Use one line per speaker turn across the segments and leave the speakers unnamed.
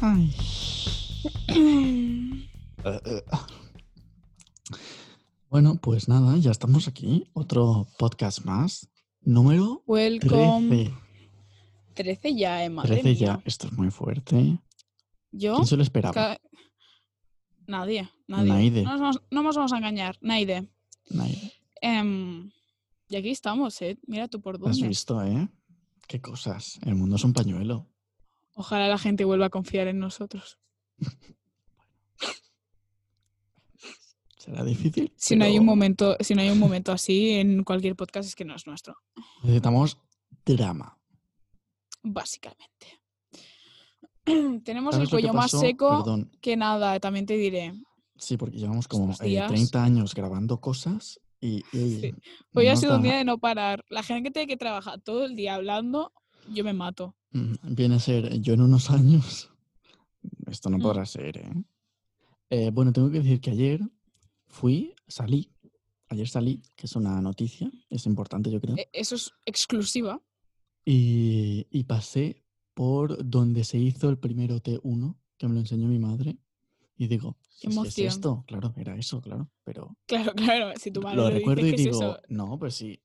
Ay. Eh, Bueno, pues nada, ya estamos aquí. Otro podcast más. Número
Welcome.
13.
13 ya, eh, madre
13 ya.
mía.
Esto es muy fuerte.
Yo,
¿Quién se lo esperaba?
ca- nadie, nadie.
Naide.
No, nos, vamos- no nos vamos a engañar, Naide.
Nadie.
Em, y aquí estamos, eh. Mira tú por
Has
dónde.
visto, ¿eh? Qué cosas. El mundo es un pañuelo.
Ojalá la gente vuelva a confiar en nosotros.
Será difícil.
Si no hay un
pero
momento, si no hay un momento así en cualquier podcast es que no es nuestro,
Necesitamos drama.
básicamente. Tenemos el
¿Sabes lo que
cuello más
pasó?
seco
Perdón.
que nada, también te diré.
Sí, porque llevamos como
Estos
eh,
días.
30 años grabando cosas y. y
Sí. Hoy ha sido un
nota-
día de no parar. La gente que tiene que trabajar todo el día hablando, yo me mato.
Mm, Viene a ser yo en unos años. Esto no
Mm.
podrá ser, ¿eh? Eh, Bueno, tengo que decir que ayer fui, salí. Ayer salí, que es una noticia, es importante, yo creo.
E- Eso es exclusiva.
Y, y pasé por donde se hizo el primer OT1, que me lo enseñó mi madre. Y digo,
Qué
"Es que
emoción.
es esto? Claro, era eso, claro. Pero
Claro, claro. Si tu madre
lo
le dice
recuerdo y
que es
digo,
eso,
no, pues sí,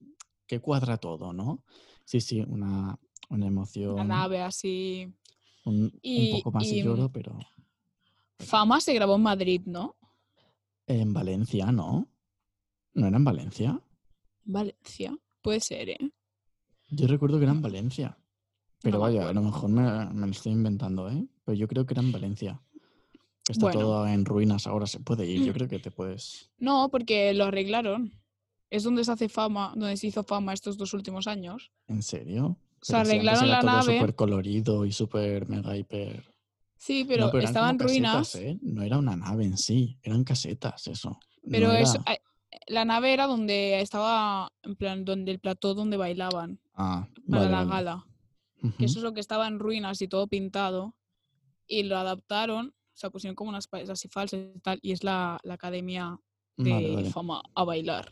que cuadra todo, ¿no? Sí, sí, una, una
la
emoción.
nave así.
Un, un
Y-
poco más y
y,
lloro, pero.
Fama se grabó en Madrid, ¿no?
En Valencia, ¿no? ¿No era en Valencia?
Valencia. Puede ser, ¿eh?
Yo recuerdo que era en Valencia. Pero
me
vaya, a lo
acuerdo.
mejor me, me lo estoy inventando, ¿eh? Pero yo creo que era en Valencia. Que Está
Bueno.
todo en ruinas, ahora se puede ir. Yo creo que te puedes.
No, porque lo arreglaron. Es donde se hace fama, donde se hizo fama estos dos últimos años.
¿En serio? Pero si
Se
antes
arreglaron
era
la
todo
nave.
súper colorido y súper mega hiper.
Sí,
No,
pero,
eran como
estaba en
casetas,
ruinas.
¿eh? No era una nave en sí, eran casetas, eso. No
Pero es,
era-
a- la nave era donde estaba, en plan, donde el plató donde bailaban
Ah,
para
vale,
la
vale.
gala.
Ujú.
que eso es lo que estaba en ruinas y todo pintado, y lo adaptaron, o sea, pusieron como unas paredes así falsas y tal, y es la, la academia de
Vale, vale.
fama a bailar.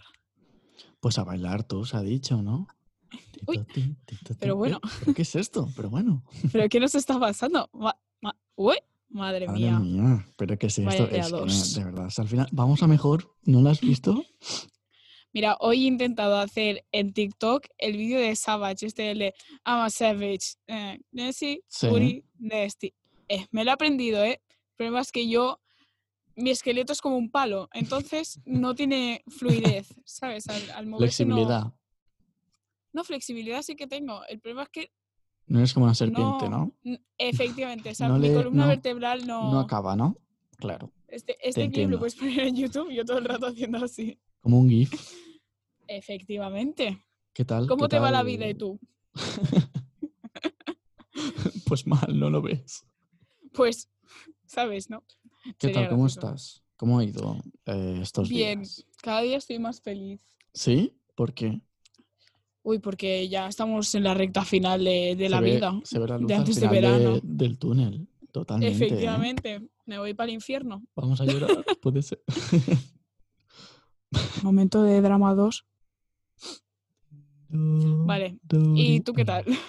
Pues a bailar tú, se ha dicho, ¿no?
Uy,
Tito, tin, tito,
pero
tin.
bueno.
Eh, ¿pero ¿Qué es esto? Pero bueno.
¿Pero qué nos está pasando? Ma- ma- uy, madre
Madre
mía.
mía, pero que si esto
Vaya
es que,
dos.
de verdad, si al final vamos a mejor, ¿no lo has visto?
Mira, hoy he intentado hacer en TikTok el vídeo de Savage, este el de I'm a Savage, eh, Nancy,
Sí.
Uri, Nasty. Eh, me lo he aprendido, ¿eh? El problema es que yo, mi esqueleto es como un palo, entonces no tiene fluidez, ¿sabes? Al, al moverse no-
Flexibilidad. No,
No, flexibilidad sí que tengo. El problema es que
eres como una serpiente, ¿no?
no, n- efectivamente, o sea,
No
mi
le-
columna
no,
vertebral no.
No, acaba, ¿no? Claro.
este este clip
entiendo.
lo puedes poner en YouTube, yo todo el rato haciendo así.
Como un GIF.
Efectivamente.
¿Qué tal?
¿Cómo
¿Qué
te va la
tal?
vida y tú?
Pues mal, no lo ves.
Pues, sabes, ¿no?
¿Qué
Sería
tal? ¿Cómo
gracioso.
estás? ¿Cómo ha ido eh, estos
Bien.
días?
Cada día estoy más feliz.
¿Sí? ¿Por qué?
Uy, porque ya estamos en la recta final de, de la
se ve,
vida.
Se ve la
de
luz al
antes de
final de-
verano.
del túnel. Totalmente. ¿eh?
Efectivamente. Me voy para el infierno.
Vamos a llorar, puede ser.
Momento de drama 2. Vale,
Do,
¿Y
di,
tú qué
eh.
tal?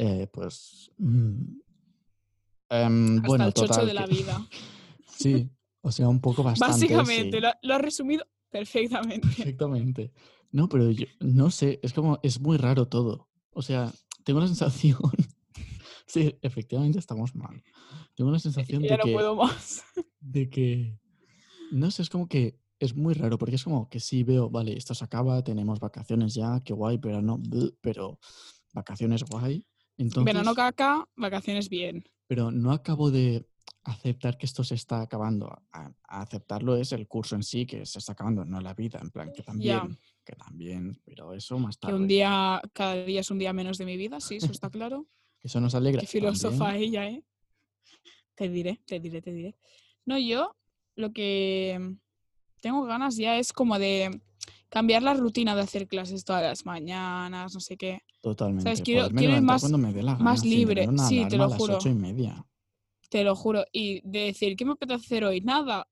Eh, pues. mm, em,
Hasta
bueno,
el chocho
total,
de la
que-
vida.
Sí, o sea, un poco bastante. sí,
Básicamente, lo, lo has resumido perfectamente.
perfectamente. No, pero yo no sé, es como, es muy raro todo. O sea, tengo la sensación. sí, efectivamente estamos mal. Tengo la sensación
Ya
de
no
que,
puedo más.
de que. No sé, es como que. Es muy raro, porque es como que sí veo, vale, esto se acaba, tenemos vacaciones ya, qué guay, pero no, pero vacaciones guay. Entonces,
Verano caca, vacaciones bien.
pero no acabo de aceptar que esto se está acabando. A, a aceptarlo es el curso en sí que se está acabando, no la vida, en plan que también, que también, pero eso más
Que
tarde.
un día, cada día es un día menos de mi vida, sí, eso está claro.
Eso nos alegra.
Qué filósofa
también.
ella, ¿eh? Te diré, te diré, te diré. No, yo lo que tengo ganas ya es como de cambiar la rutina de hacer clases todas las mañanas, no sé qué.
Totalmente.
quiero-
Poderme
quiero ir
levantar
más-
cuando me dé la gana,
más
sin
libre,
tener una
sí,
alarma
te lo
a las ocho
juro.
y media.
Te lo juro. Y de decir, ¿qué me apetece hacer hoy? Nada.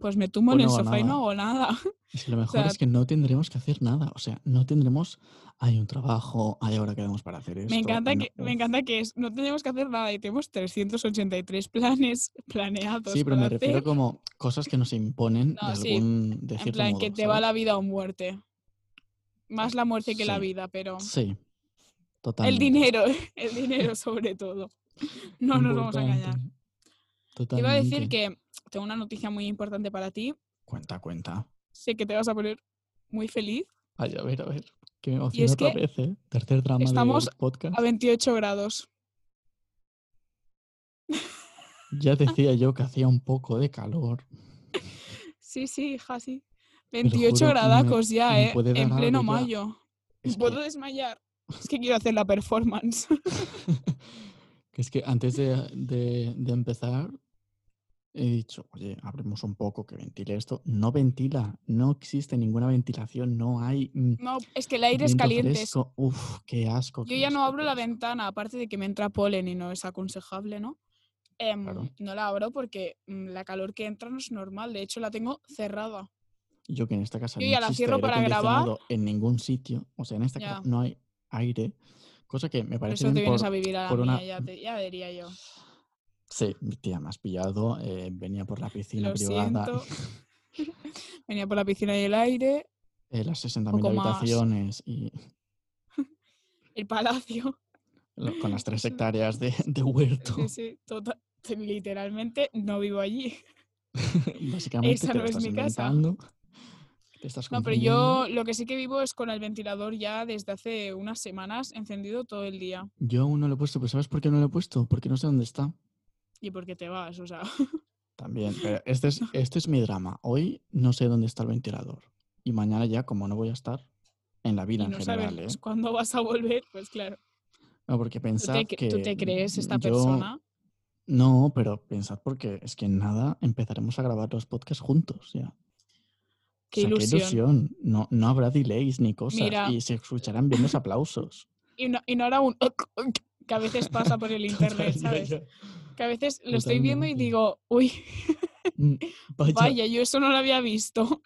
pues me tumbo
O
en el
no hago
sofá y no
nada.
hago nada.
Es que lo mejor
sea,
es que no tendremos que hacer nada. O sea, no tendremos. Hay un trabajo, hay ahora que vemos para hacer esto.
Me encanta,
hay no-
que, me encanta que es- no tenemos que hacer nada y tenemos 383 planes planeados.
Sí, pero me
para
refiero
hacer,
como cosas que nos imponen
¿eh? No,
de
sí.
algún. De
En
cierto
plan,
modo,
que te va
¿sabes?
la vida o muerte. Más la muerte que la
Sí.
vida, pero.
Sí. Totalmente.
El dinero, el dinero sobre todo. No nos vamos a engañar.
Importante.
Te iba a decir
Totalmente.
que tengo una noticia muy importante para ti.
Cuenta, cuenta.
Sé que te vas a poner muy feliz.
Ay, a ver, a ver. Que me emociona
es
otra
que
vez, ¿eh? Tercer drama
estamos
del podcast.
A 28 grados.
Ya decía yo que hacía un poco de calor.
Sí, sí, hija, sí.
lo
28
juro, me-
gradacos ya,
me
¿eh?
puede
En
dar
pleno
algo ya.
mayo.
Es que-
Puedo desmayar. Es que quiero hacer la performance.
que es que antes de, de- de empezar he dicho, oye, abremos un poco que ventile esto. No ventila, no existe ninguna ventilación, no hay mm,
No, es que el aire es
viento
caliente. es-
fresco. Uf, qué asco.
Yo
qué
ya no
asco,
abro
qué
la
asco.
ventana, aparte de que me entra polen y no es aconsejable, ¿no? Em,
Claro.
No la abro porque mm, la calor que entra no es normal. De hecho, la tengo cerrada.
Yo que en esta casa
Yo
no
ya la
existe
cierro
aire
para grabar.
acondicionado en ningún sitio, o sea, en esta casa
Ya.
no hay aire, cosa que me
Por
parece
eso te
bien
vienes
por,
a vivir a la
por
mía,
una...
ya, te- ya vería yo.
Sí, tía, me has pillado, eh, venía por la piscina
Lo
privada,
siento. Venía por la piscina y el aire,
eh, las 60.000
Poco más.
habitaciones y
el palacio.
lo- con las 3
Eso-
hectáreas de, de huerto.
Sí, sí, tota- Literalmente no vivo allí.
Básicamente
Esa
te lo
no es
estás
mi casa.
inventando. Te estás
No, pero
confundiendo.
yo lo que sí que vivo es con el ventilador ya desde hace unas semanas encendido todo el día.
Yo aún no lo he puesto, pero ¿sabes por qué no lo he puesto? Porque no sé dónde está.
¿Y por qué te vas? O sea,
También, pero este es, este es mi drama. Hoy no sé dónde está el ventilador. Y mañana ya, como no voy a estar, en la vida
y
en
no
general,
sabes
¿eh?
cuándo vas a volver, pues claro.
No, porque
¿Tú te,
pensad
cre-
que
tú te crees esta
yo-
persona?
No, pero pensad porque es que en nada empezaremos a grabar los podcasts juntos ya. O
¡Qué
sea,
ilusión!
No, no habrá delays ni cosas.
Mira.
Y se escucharán bien los aplausos.
Y no, y no hará un... que a veces pasa por el
Total,
internet,
ya,
¿sabes?
ya.
Que a veces lo estoy viendo y
Totalmente.
digo, uy,
Mm, Vaya,
vaya, yo eso no lo había visto.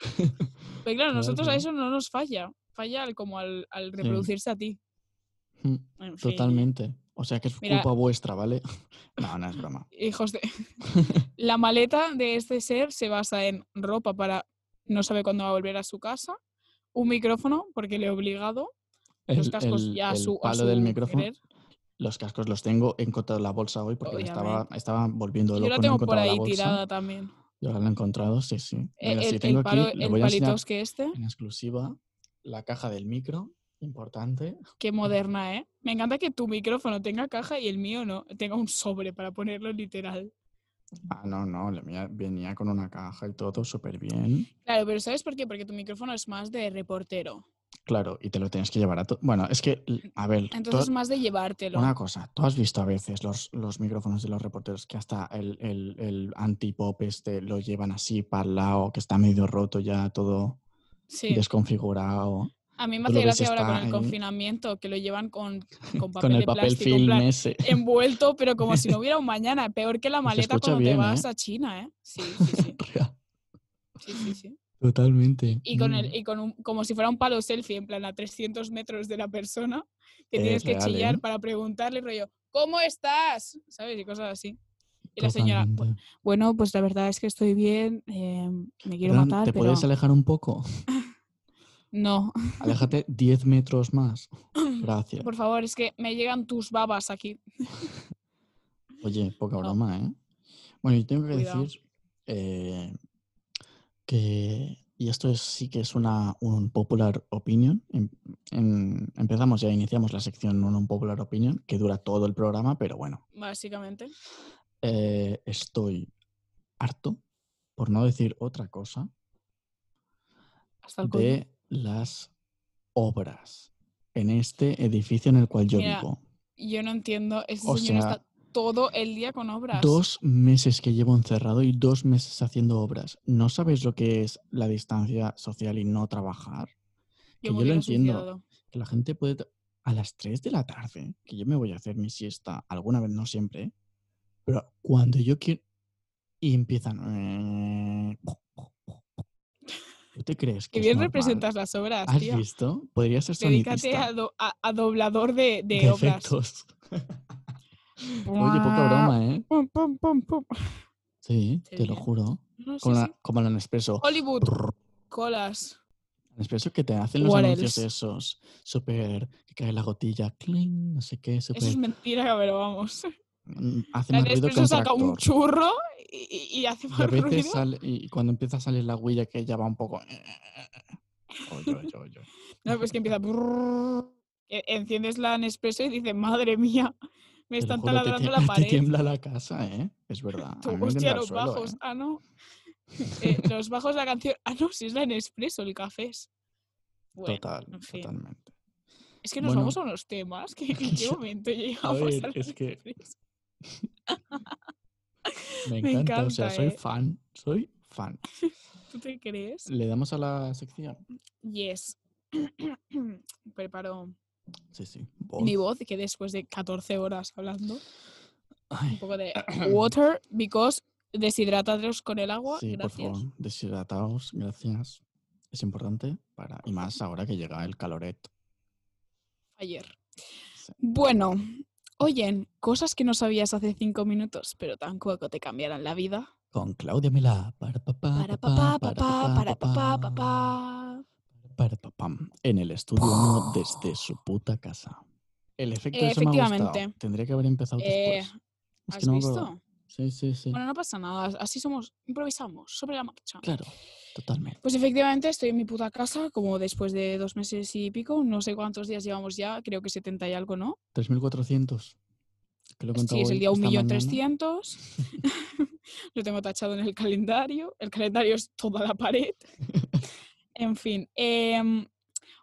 Pero claro, nosotros a
Claro.
eso no nos falla. Falla al- como al, al reproducirse a ti.
mm,
En fin,
totalmente. O sea que es
Mira.
culpa vuestra, ¿vale? No, no es broma.
Hijos de... La maleta de este ser se basa en ropa para no sabe cuándo va a volver a su casa, un micrófono, porque le he obligado, los
El-
cascos
el-
ya a
el
su, a
palo del
su
micrófono.
querer.
Los cascos los tengo, he encontrado la bolsa hoy porque me estaba,
Obviamente.
estaba volviendo
Yo
loco,
la
no he
tengo por
encontrado la
ahí
bolsa.
tirada también.
Yo ahora la he encontrado, sí, sí.
E-
Mira,
El,
si
el
tengo aquí,
palo,
le
el
voy a enseñar
palitos que este,
en exclusiva la caja del micro, importante.
qué moderna, ¿eh? Me encanta que tu micrófono tenga caja y el mío no, tenga un sobre para ponerlo literal.
Ah, no, no, la mía venía con una caja y todo súper bien.
Claro, pero ¿sabes por qué? Porque tu micrófono es más de reportero.
Claro, y te lo tienes que llevar a todo. Bueno, es que, l- a ver,
Entonces,
to-
más de llevártelo.
una cosa, tú has visto a veces los, los micrófonos de los reporteros que hasta el, el, el antipop este lo llevan así para el lado, que está medio roto ya, todo
Sí.
desconfigurado.
A mí me
tú lo
hace
ves,
gracia ahora con
está
el
ahí.
confinamiento, que lo llevan con, con papel
Con el
de
papel
plástico, en
film ¿eh?
plan,
ese.
envuelto, pero como si no hubiera un mañana. Peor que la maleta
escucha
cuando te
bien,
vas
¿eh?
a China, ¿eh? Sí, sí, sí.
Real.
sí, sí, sí.
Totalmente.
Y, con el,
Mm.
y con un- como si fuera un palo selfie, en plan, a 300 metros de la persona, que
Es
tienes que
real, ¿eh?
chillar para preguntarle, rollo, ¿cómo estás? ¿Sabes? Y cosas así. Y la señora, "Bu-
Totalmente.
bueno, pues la verdad es que estoy bien, eh, me quiero
Perdón,
matar,
¿Te
pero
puedes alejar un poco?
no.
Aléjate 10 metros más. Gracias.
Por favor, es que me llegan tus babas aquí.
Oye, poca
No.
broma, ¿eh? Bueno, yo tengo que
Cuidado.
decir eh, que, y esto es, sí que es una un popular opinion, em- em- empezamos ya, iniciamos la sección un popular opinion, que dura todo el programa, pero bueno,
Básicamente.
eh, estoy harto, por no decir otra cosa,
Hasta el coño.
de las obras en este edificio en el cual yo
Mira,
vivo.
Yo no entiendo. Ese
O
señor
sea,
está todo el día con obras.
Dos meses que llevo encerrado y dos meses haciendo obras. ¿No sabes lo que es la distancia social y no trabajar? que
me
yo lo
hubiera
entiendo.
suicidado.
Que la gente puede... tra- A las 3 de la tarde, que yo me voy a hacer mi siesta, alguna vez, no siempre, pero cuando yo quiero... Y empiezan... eh, ¿Tú te crees que
Qué
es
bien
normal?
representas las obras,
¿Has
tío.
visto? Podría ser
Dedícate
sonidista.
a, do- a- a doblador de, de
de
obras.
efectos. Oye, poca broma, ¿eh?
Pum, pum, pum, pum.
Sí,
Qué
te lo
bien.
juro.
No, sí,
Como,
sí.
la, como la Nespresso.
Hollywood,
Brrr.
colas.
Nespresso que te hacen los
What
anuncios
else?
esos. Súper, que cae la gotilla, cling, no sé qué,
Eso es
súper...
mentira, pero vamos.
mm, Hace
La
más ruido que un
Nespresso saca un
tractor.
churro y, y- y hace
Y
más
a veces
ruido.
sale, y cuando empieza a salir la huella que ya va un poco... eh, Oye, oye, oye.
No, pues que empieza. brrrr. E- Enciendes la Nespresso y dices, madre mía, me
Te lo
están
juro, te,
taladrando
tie-
la
te
pared.
tiembla la casa, ¿eh? Es verdad.
Tú,
a mí me
hostia,
tiembla el
los
suelo,
bajos.
¿eh?
Ah, no. Eh, los bajos de la canción. Ah, no, si es la Nespresso, el café es. Bueno,
Total,
en fin.
totalmente.
Es que nos
Bueno.
vamos a unos temas. Que, ¿En qué
Ya.
momento llegamos a,
ver,
la
es que-
Nespresso?
Me
Me
encanta, o sea,
encanta,
soy
¿eh?
fan, soy fan.
¿Tú te crees?
¿Le damos a la sección?
Yes. Preparo
Sí, sí.
mi voz, que después de 14 horas hablando, un
Ay,
poco de water, because deshidratados con el agua.
sí, por
gracias.
favor, deshidrataos, gracias. Es importante para, y más ahora que llega el caloret.
Ayer.
Sí.
Bueno, oyen, cosas que no sabías hace cinco minutos, pero tampoco te cambiarán la vida.
Con Claudia Milá. Para papá,
Para papá, papá, para
papá.
papá, papá.
Para papam. En el estudio uno desde su puta casa. El efecto de eso me ha gustado.
Efectivamente.
Tendría que haber empezado
Eh,
después. Es
¿Has
que no me acuerdo.
visto?
Sí, sí, sí.
Bueno, no pasa nada, así somos, improvisamos sobre la marcha.
Claro, totalmente.
Pues efectivamente estoy en mi puta casa, como después de dos meses y pico, no sé cuántos días llevamos ya, creo que 70 y algo, ¿no?
3.400. Que lo he contado
Sí, es el
hoy,
día
esta mañana.
1.300.000. Lo tengo tachado en el calendario. El calendario es toda la pared. En fin. em,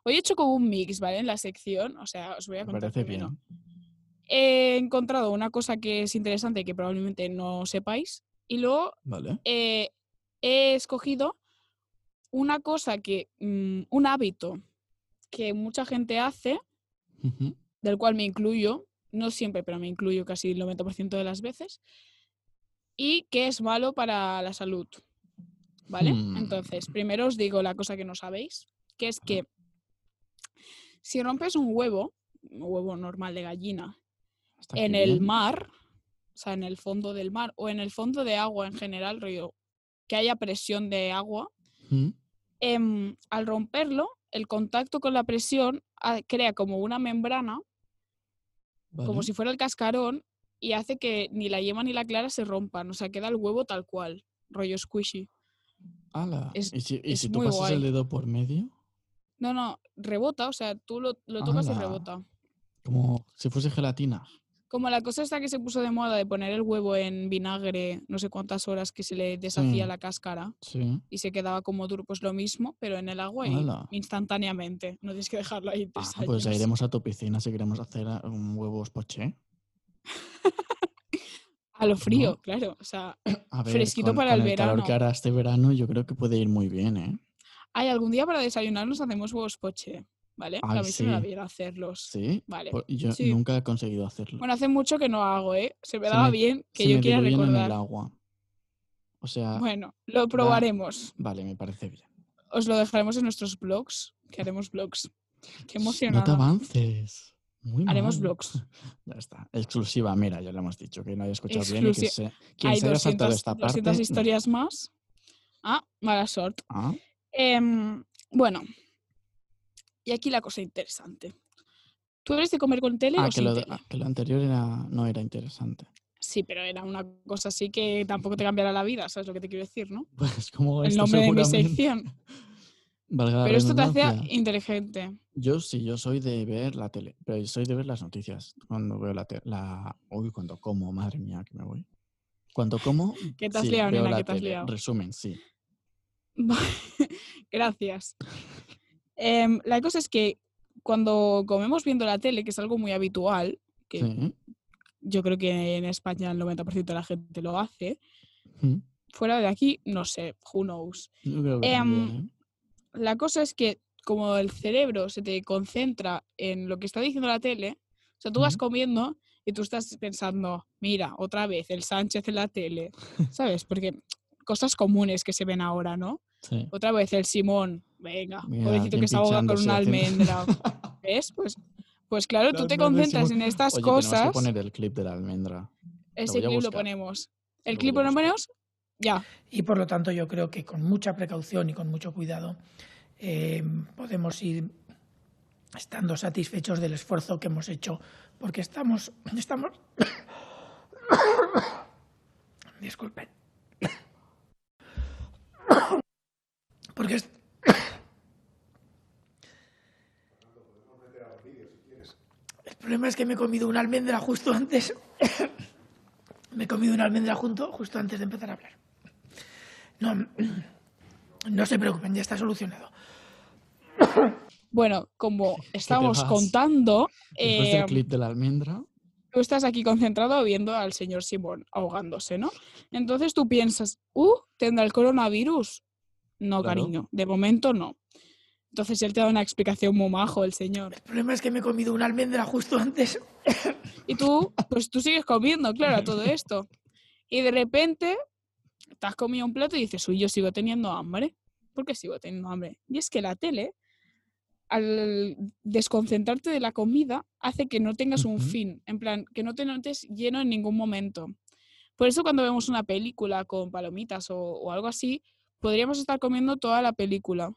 hoy he hecho como un mix, ¿vale? En la sección. O sea, os voy a
Me
contar
parece
primero.
bien.
He encontrado una cosa que es interesante y que probablemente no sepáis. Y luego
Vale.
eh, he escogido una cosa que. mm, un hábito que mucha gente hace
Ujú.
del cual me incluyo, no siempre, pero me incluyo casi el 90% de las veces, y que es malo para la salud. ¿Vale?
Hmm.
Entonces, primero os digo la cosa que no sabéis, que es que si rompes un huevo, un huevo normal de gallina,
Hasta aquí
en el
bien.
mar, o sea, en el fondo del mar, o en el fondo de agua en general, rollo, que haya presión de agua,
Ujú.
em, al romperlo, el contacto con la presión ah, crea como una membrana como
Vale.
si fuera el cascarón y hace que ni la yema ni la clara se rompan, o sea, queda el huevo tal cual, rollo squishy.
Ala,
es-
¿Y si, y
es
si tú
muy
pasas el
guay.
dedo por medio?
No, no, rebota, o sea, tú lo, lo tocas y
Ala.
rebota.
Como si fuese gelatina.
Como la cosa esta que se puso de moda de poner el huevo en vinagre no sé cuántas horas que se le deshacía
Sí.
la cáscara
Sí.
y se quedaba como duro, pues lo mismo, pero en el agua y
Ala.
instantáneamente. No tienes que dejarlo ahí
Ah,
tres
pues ya
años.
iremos a tu piscina si queremos hacer ah, un huevos poché.
A lo
¿no?
frío, claro. O sea,
A ver,
Fresquito
con,
para
con
el
calor que
verano.
hará este verano, yo creo que puede ir muy bien, ¿eh?
hay algún día para desayunar nos hacemos huevos poche, ¿vale? Que a
Ay,
mí se me da
sí.
bien hacerlos.
Sí.
Vale.
Por- Yo
Sí.
nunca he conseguido hacerlo.
Bueno, hace mucho que no hago, ¿eh? Se me
Se
daba
me-
bien que
Se
yo
me
quiera
diluyen en el
recordar.
agua. O sea,
Bueno, lo probaremos.
vale, me parece bien.
Os lo dejaremos en nuestros blogs, que haremos blogs. Qué
No te
emocionada.
avances. Muy
haremos
mal.
blogs.
Ya está. Exclusiva, mira, ya lo hemos dicho, que no hayas escuchado bien y que
Exclusi-
se, quien
Hay
se haya saltado
200,
esta
200
parte. no.
historias más. Ah, mala suerte.
Ah,
Em, bueno, y aquí la cosa interesante. ¿Tú eres de comer con tele
ah,
o
que,
sin
lo, de-
tele?
ah, que lo anterior era, no era interesante.
Sí, pero era una cosa así que tampoco te cambiará la vida, ¿sabes lo que te quiero decir, no?
Pues como
El
esto
nombre de mi
seguramente.
sección.
Valga la
Pero esto te hace
redundancia.
inteligente.
Yo sí, yo soy de ver la tele, pero soy de ver las noticias. Cuando veo la tele, la... Uy, cuando como, madre mía, que me voy. Cuando como,
¿Qué te has
sí,
liado,
veo la
nena? ¿Qué te has
tele.
liado?
Resumen, sí.
Gracias. Em, la cosa es que cuando comemos viendo la tele, que es algo muy habitual, que
Sí.
yo creo que en España el 90% de la gente lo hace,
Ujú.
fuera de aquí, no sé, who knows.
Yo creo que
Em,
también, ¿eh?
La cosa es que como el cerebro se te concentra en lo que está diciendo la tele, o sea, tú vas
Ujú.
comiendo y tú estás pensando, mira, otra vez el Sánchez en la tele, ¿sabes? Porque cosas comunes que se ven ahora, ¿no?
Sí.
Otra vez el Simón, venga,
Mira,
pobrecito
bien
que se ahoga con
pinchándose
una
haciendo-
almendra. ¿Ves? Pues, pues claro, tú
La
te
almendra del
concentras
Simón.
en estas
Oye, tenemos
cosas.
que poner el clip de la almendra. voy
Ese
a
clip lo
buscar.
ponemos. El
Lo
clip
voy a
lo
buscar.
ponemos ya.
Y por lo tanto yo creo que con mucha precaución y con mucho cuidado eh, podemos ir estando satisfechos del esfuerzo que hemos hecho porque estamos, estamos, disculpen, porque es- el problema es que me he comido una almendra justo antes, me he comido una almendra junto, justo antes de empezar a hablar. No, no se preocupen, ya está solucionado.
Bueno, como estamos
vas.
contando,
Después del
eh,
clip de la almendra,
tú estás aquí concentrado viendo al señor Simón ahogándose, ¿no? Entonces tú piensas, uh, ¿tendrá el coronavirus? No,
Claro.
cariño, de momento no. Entonces él te da una explicación muy majo, el señor.
El problema es que me he comido una almendra justo antes.
Y tú, pues tú sigues comiendo, claro, a todo esto. Y de repente te has comido un plato y dices, uy, yo sigo teniendo hambre. ¿Por qué sigo teniendo hambre? Y es que la tele, al desconcentrarte de la comida, hace que no tengas un
Ujú.
fin, en plan, que no te notes lleno en ningún momento. Por eso cuando vemos una película con palomitas o, o algo así, podríamos estar comiendo toda la película,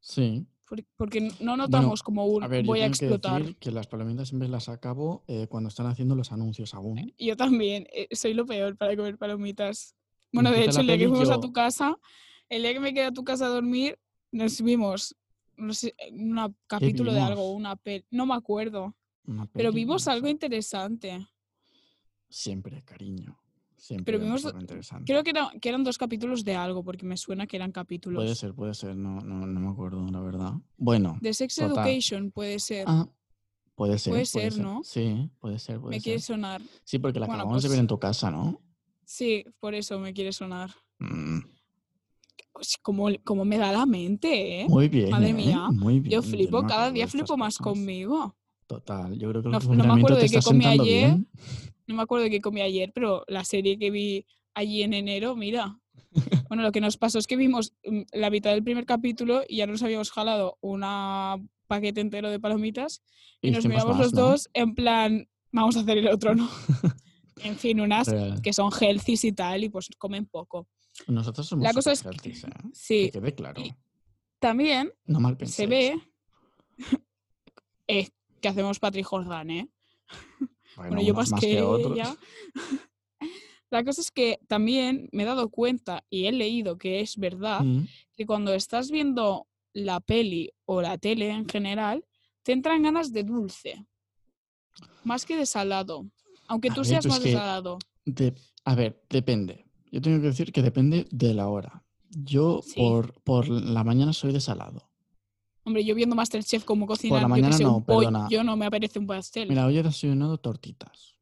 sí.
por- porque no notamos como un
A ver, yo
voy a
tengo que
explotar.
decir que las palomitas siempre las acabo eh, cuando están haciendo los anuncios aún.
Yo también, eh, soy lo peor para comer palomitas. Bueno, de
Empieza
hecho,
la
el día que
peli,
fuimos a
yo-
tu casa, el día que me quedé a tu casa a dormir, nos vimos, no sé, un capítulo de algo,
vimos?
una peli, no me acuerdo,
Una
pero
peli,
vimos
no
algo
sé.
interesante.
Siempre, cariño. Siempre.
Pero
vemos
vimos-
algo interesante.
Creo que, era- que eran dos capítulos de algo, porque me suena que eran capítulos.
Puede ser, puede ser. No, no, no me acuerdo, la verdad. Bueno.
De Sex
total.
Education, puede ser.
Ah, puede ser.
Puede ser, ¿no?
Sí, puede ser, puede
me
ser.
quiere sonar.
Sí, porque la
Bueno,
acabamos de ver
pues-
en tu casa, ¿no?
Sí, por eso me quiere sonar.
Mm,
Ush, Como, como me da la mente, ¿eh?
muy bien.
Madre
¿eh?
mía,
Muy bien.
Yo
no
flipo,
me
cada
acuerdo
día
de estas
flipo más
cosas.
conmigo.
Total, yo creo que el
No- no me
confinamiento
acuerdo
te
de qué
está
comí
sentando
ayer.
bien.
No me acuerdo de qué comí ayer, pero la serie que vi allí en enero, mira. Bueno, lo que nos pasó es que vimos mm, la mitad del primer capítulo y ya nos habíamos jalado una paquete entero de palomitas y nos
hicimos
miramos
más,
los
¿no?
dos en plan, vamos a hacer el otro, ¿no? en fin, unas
Real.
que son healthy y tal y pues comen poco.
Nosotros somos
La cosa es
superhealthy, ¿eh?
Sí,
Que quede claro.
también
No mal
se
penséis.
ve eh, que hacemos Patrick Jordan, ¿eh? Bueno, yo
unos
más, que, ella. La cosa es que también me he dado cuenta y he leído que es verdad
Mm,
que cuando estás viendo la peli o la tele en general, te entran ganas de dulce, más que de salado. Aunque
A
tú
ver,
seas
pero es
más de
que-
salado.
de- a ver, depende. Yo tengo que decir que depende de la hora. Yo
Sí.
por, por la mañana soy desalado.
Hombre, yo viendo Masterchef como cocinar, yo que
mañana
sé, un
no, perdona.
pollo, no me aparece un pastel.
Mira, hoy he desayunado tortitas.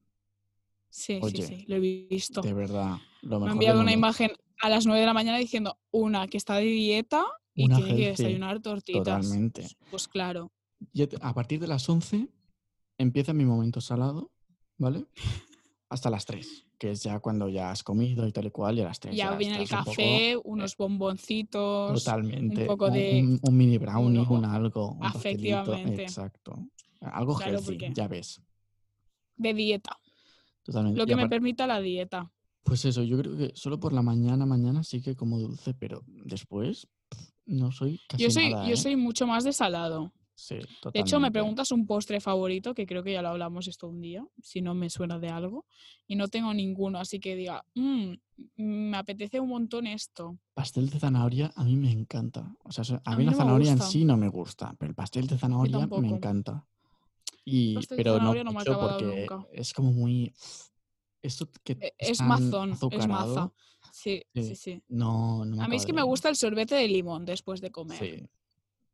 sí,
oye,
sí, sí, lo he visto.
De verdad. Lo mejor
Me ha
del
enviado una
mundo.
imagen a las 9 de la mañana diciendo una que está de dieta y
Una
tiene que
healthy,
desayunar tortitas.
Totalmente.
Pues claro.
Ya te- a partir de las 11 empieza mi momento salado, ¿vale? Hasta las 3, que es ya cuando ya has comido y tal y cual, y a las 3
ya
ya
viene el
estás un poco- eh,
café, unos bomboncitos.
totalmente.
poco
un-
de-
un, un mini brownie,
uno-
un algo, un pastelito.
afectivamente.
Exacto. Algo
Claro,
healthy,
porque-
ya ves.
de dieta.
Totalmente. Mm,
Lo
Y
que me
apar-
permita la dieta.
Pues eso, yo creo que solo por la mañana, mañana sí que como dulce, pero después pf, no soy casi
Yo soy,
nada,
yo
¿eh?
soy mucho más de salado.
Sí,
De hecho, me
totalmente.
preguntas un postre favorito, que creo que ya lo hablamos esto un día, si no me suena de algo, y no tengo ninguno, así que diga, "Mm, me apetece un montón esto.
Pastel de zanahoria a mí me encanta. O sea, so- a
A
mí,
mí
la
no me
zanahoria en
gusta.
sí no me gusta, pero el pastel de zanahoria me
tampoco.
encanta. Y,
pastel de
pero no
zanahoria no me ha
mucho
acabado
porque
nunca.
es como muy... uf, Esto que
E-
es
Es
tan
mazón, es maza.
azucarado,
Sí,
Sí.
sí, sí.
no, no me
A mí es
acaba
que
de-
me gusta el sorbete de limón después de comer.
Sí.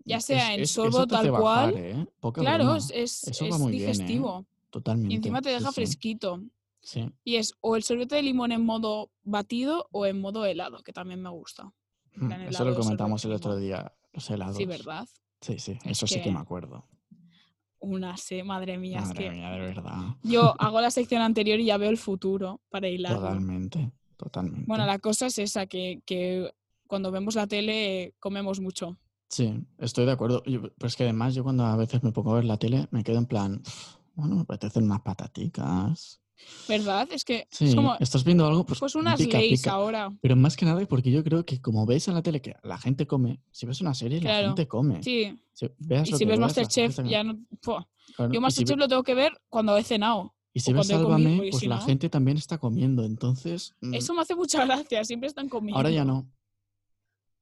Ya
Es-
sea en
es- eso
sorbo
te hace
tal cual,
bajar, ¿eh? Poca
Claro,
broma.
es, es-
Eso va
es
muy bien, ¿eh?
digestivo.
Totalmente.
Y encima te
sí,
deja
sí,
fresquito.
sí.
Y es o el sorbete de limón en modo batido o en modo helado, que también me gusta.
Mm,
plan
Eso lo
helado, sorbete,
comentamos el otro
limón.
día, los helados.
Sí, ¿verdad?
Sí, sí,
Es
eso sí que
que-
me acuerdo.
Una sé, madre mía,
Madre
es que
mía, de verdad.
yo hago la sección anterior y ya veo el futuro para hilarlo.
Totalmente, totalmente.
Bueno, la cosa es esa, que, que cuando vemos la tele comemos mucho.
Sí, estoy de acuerdo. Yo- pero es que además yo cuando a veces me pongo a ver la tele me quedo en plan, "Uf, bueno, me apetecen unas pataticas.
¿Verdad? Es que
Sí,
es como,
estás viendo algo, pues,
pues unas
pica,
leyes
pica.
ahora.
Pero más que nada porque yo creo que como ves en la tele que la gente come, si ves una serie la
Claro,
gente come.
Sí,
Si veas
y
lo
si
que
ves
veas, la gente
Masterchef
come.
ya no... Buah.
Claro, y si
Yo
ve-
Masterchef lo tengo que ver cuando he cenado.
Y si
O
ves
cuando he comido,
Sálvame,
porque
pues
si
la
no-
gente también está comiendo. Entonces, mm,
Eso me hace mucha gracia, siempre están comiendo.
ahora ya no.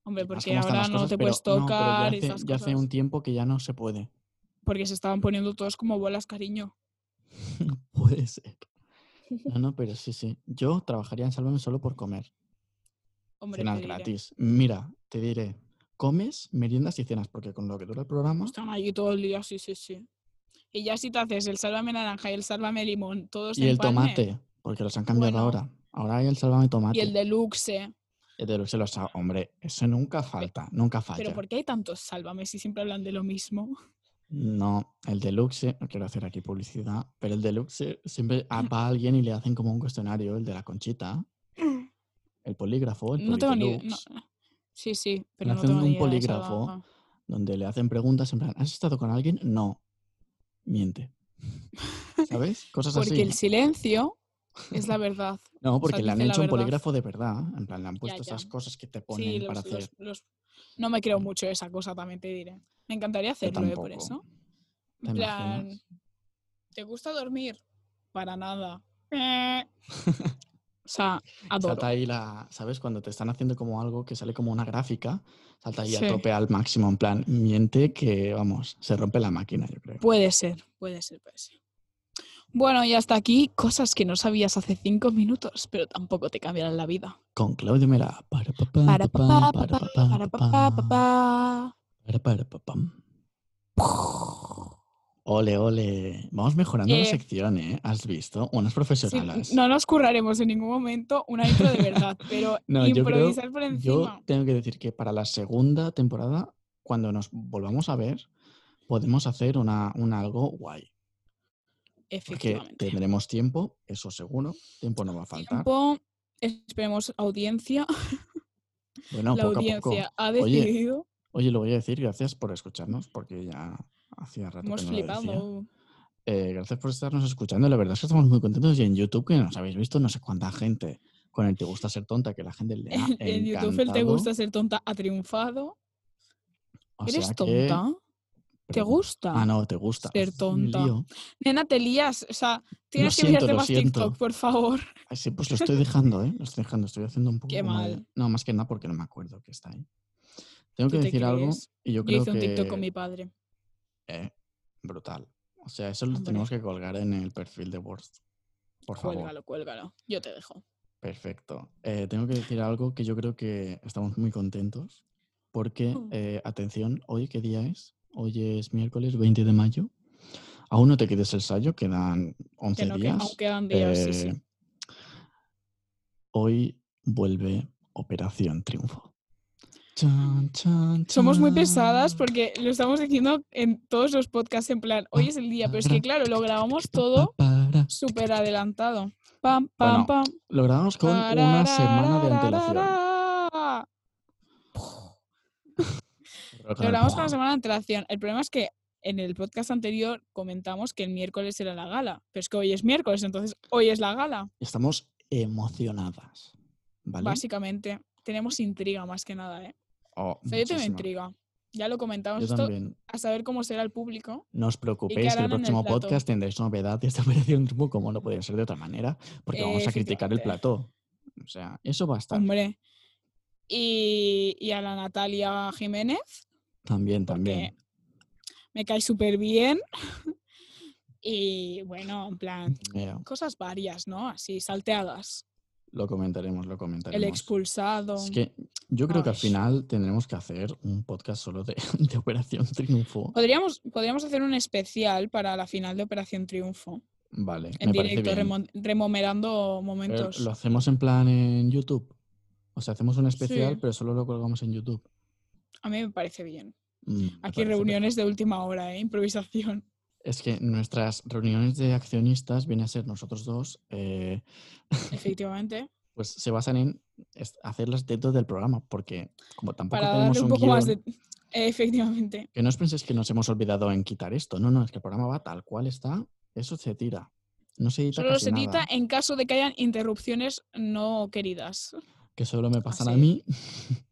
Hombre,
Más
porque
como están
ahora
las
no
cosas,
te
pero-
puedes
no, pero
tocar y
ya,
esas
hace, ya hace
cosas.
un tiempo que ya no se puede.
Porque se estaban poniendo todos como bolas, cariño.
puede ser. No, no, pero sí, sí. Yo trabajaría en Sálvame solo por comer.
Hombre,
cenas
te diré.
gratis. Mira, te diré. Comes, meriendas y cenas, porque con lo que dura el programa.
Están allí todo el día, sí, sí, sí. Y ya si te haces el sálvame naranja y el sálvame limón, todos
Y
Pues en
el
palme,
tomate, porque los han cambiado
Bueno.
ahora. Ahora hay el Sálvame tomate.
Y el deluxe.
El deluxe los ha- Hombre, eso nunca falta, nunca falla.
Pero ¿por qué hay tantos sálvame si siempre hablan de lo mismo?
No, el deluxe, no quiero hacer aquí publicidad, pero el deluxe siempre a- va a alguien y le hacen como un cuestionario, el de la conchita, el polígrafo, el
no tengo ni
polideluxe,
no- Sí, sí, pero
Le
no
hacen
tengo ni
un
idea de
polígrafo.
Sálvame.
donde le hacen preguntas en plan, ¿has estado con alguien? No. Miente. ¿Sabes? Cosas
Porque
así.
el silencio es la verdad.
No, porque le han
dice la
hecho un
verdad.
polígrafo de verdad, en plan, le han puesto
ya.
esas cosas que te ponen
Sí,
para
los-
hacer.
los- los- no me creo mucho esa cosa, también te diré. Me encantaría
Yo
hacerlo, eh, por
tampoco.
eso.
¿Te
En plan,
imaginas?
¿te gusta dormir? Para nada. o sea, adoro.
Salta ahí la, ¿sabes? Cuando te están haciendo como algo que sale como una gráfica, salta ahí
Sí.
a tope al máximo, en plan, miente que, vamos, se rompe la máquina, yo creo.
Puede ser, puede ser, puede ser. Bueno, y hasta aquí cosas que no sabías hace cinco minutos, pero tampoco te cambiarán la vida.
Con Claudio Mera. Para pa, pam,
Para
pa,
papá,
pam,
papá,
para pa, pam,
para
pa,
papá,
pam,
papá.
para, para, pa, pam. Ole, ole. Vamos mejorando la
Eh.
sección, ¿eh? ¿Has visto? Unas
Sí,
profesionales.
no nos curraremos en ningún momento una intro de verdad, pero
No, yo creo-
improvisar por encima.
Yo tengo que decir que para la segunda temporada, cuando nos volvamos a ver, podemos hacer una, un algo guay. Porque
Efectivamente.
tendremos tiempo, eso seguro. Tiempo no va a faltar.
Tiempo, esperemos audiencia.
Bueno,
la
poco a
audiencia
poco.
ha
Oye,
decidido.
Oye, lo voy a decir, gracias por escucharnos, porque ya hacía rato
Hemos
que no lo decía.
flipado.
Eh, gracias por estarnos escuchando. La verdad es que estamos muy contentos. Y en YouTube, que nos habéis visto, no sé cuánta gente con el Te Gusta Ser Tonta, que la gente le ha
en YouTube el te
encantado.
gusta ser tonta ha triunfado.
O
¿Eres
sea que-
tonta? ¿Te
pero-
gusta?
Ah, no, te gusta.
ser
Es un
tonta?
lío.
Nena, te lías. O sea, tienes que
siento,
enviarte
lo
más
siento.
TikTok, por favor.
Ay, Sí, pues lo estoy dejando, ¿eh? Lo estoy dejando. Estoy haciendo un poco.
Qué
como de-
mal.
No, más que nada porque no me acuerdo que está ahí. Tengo
¿Tú
que
te
decir algo
crees?
y yo
Yo,
creo
hice un
que.
TikTok con mi padre.
eh, brutal. O sea, eso lo
Hombre.
tenemos que colgar en el perfil de Worst. Por favor.
Cuélgalo, cuélgalo. Yo te dejo.
Perfecto. Eh, tengo que decir algo que yo creo que estamos muy contentos porque,
Mm.
eh, atención, hoy qué día es? Hoy es miércoles 20 de mayo. Aún no te quedes el sayo, quedan 11
Que no, que
días.
aún quedan días. sí, sí.
Eh, Hoy vuelve Operación Triunfo. Chan, chan,
Somos muy
chan.
pesadas
mm.
porque lo estamos diciendo en todos los podcasts en plan, hoy es el día, pero es que claro, lo grabamos todo
Para.
súper adelantado. Pam,
Bueno,
pam, pam.
Lo grabamos con una semana de antelación.
Tararararara. Lo grabamos con una semana de antelación. El problema es que en el podcast anterior comentamos que el miércoles era la gala, pero es que hoy es miércoles, entonces hoy es la gala,
Estamos emocionadas. ¿Vale?
básicamente. Tenemos intriga más que nada, ¿eh?
Oh,
O sea, yo tengo
muchísima.
intriga. Ya lo comentamos
Yo
esto
también.
a saber cómo será el público.
No os preocupéis que
harán
el
en el
próximo
plato.
podcast tendréis novedad de esta operación Triunfo, como no podía ser de otra manera, porque vamos a criticar el
Efectivamente.
plató. O sea, eso va a estar.
Hombre. Y, y a la Natalia Jiménez,
También,
porque-
también.
me cae súper bien. y bueno, en plan,
Mira,
cosas varias, ¿no? Así, salteadas.
lo comentaremos, lo
El
comentaremos.
expulsado.
Es que yo creo que al
Ay.
final tendremos que hacer un podcast solo de, de Operación Triunfo.
Podríamos, podríamos hacer un especial para la final de Operación Triunfo.
Vale,
En
me parece
directo,
bien.
remon- remomerando
Pero
momentos.
Eh, Lo hacemos en plan en YouTube. O sea, hacemos un especial,
Sí.
pero solo lo colgamos en YouTube.
A mí me parece bien.
Mm, me
Aquí
parece perfecto.
reuniones de última hora, ¿eh? improvisación.
Es que nuestras reuniones de accionistas vienen a ser nosotros dos, eh,
Efectivamente.
Pues se basan en es- hacerlas dentro del programa, porque como tampoco
Para
tenemos
darle un
un
poco más
guión-
de... Efectivamente.
Que no os penséis que nos hemos olvidado en quitar esto. No, no, es que el programa va tal cual está. Eso se tira. No se edita
Solo
casi
se edita
nada.
en caso de que hayan interrupciones no queridas.
Que solo me pasan a
Así. em
mí,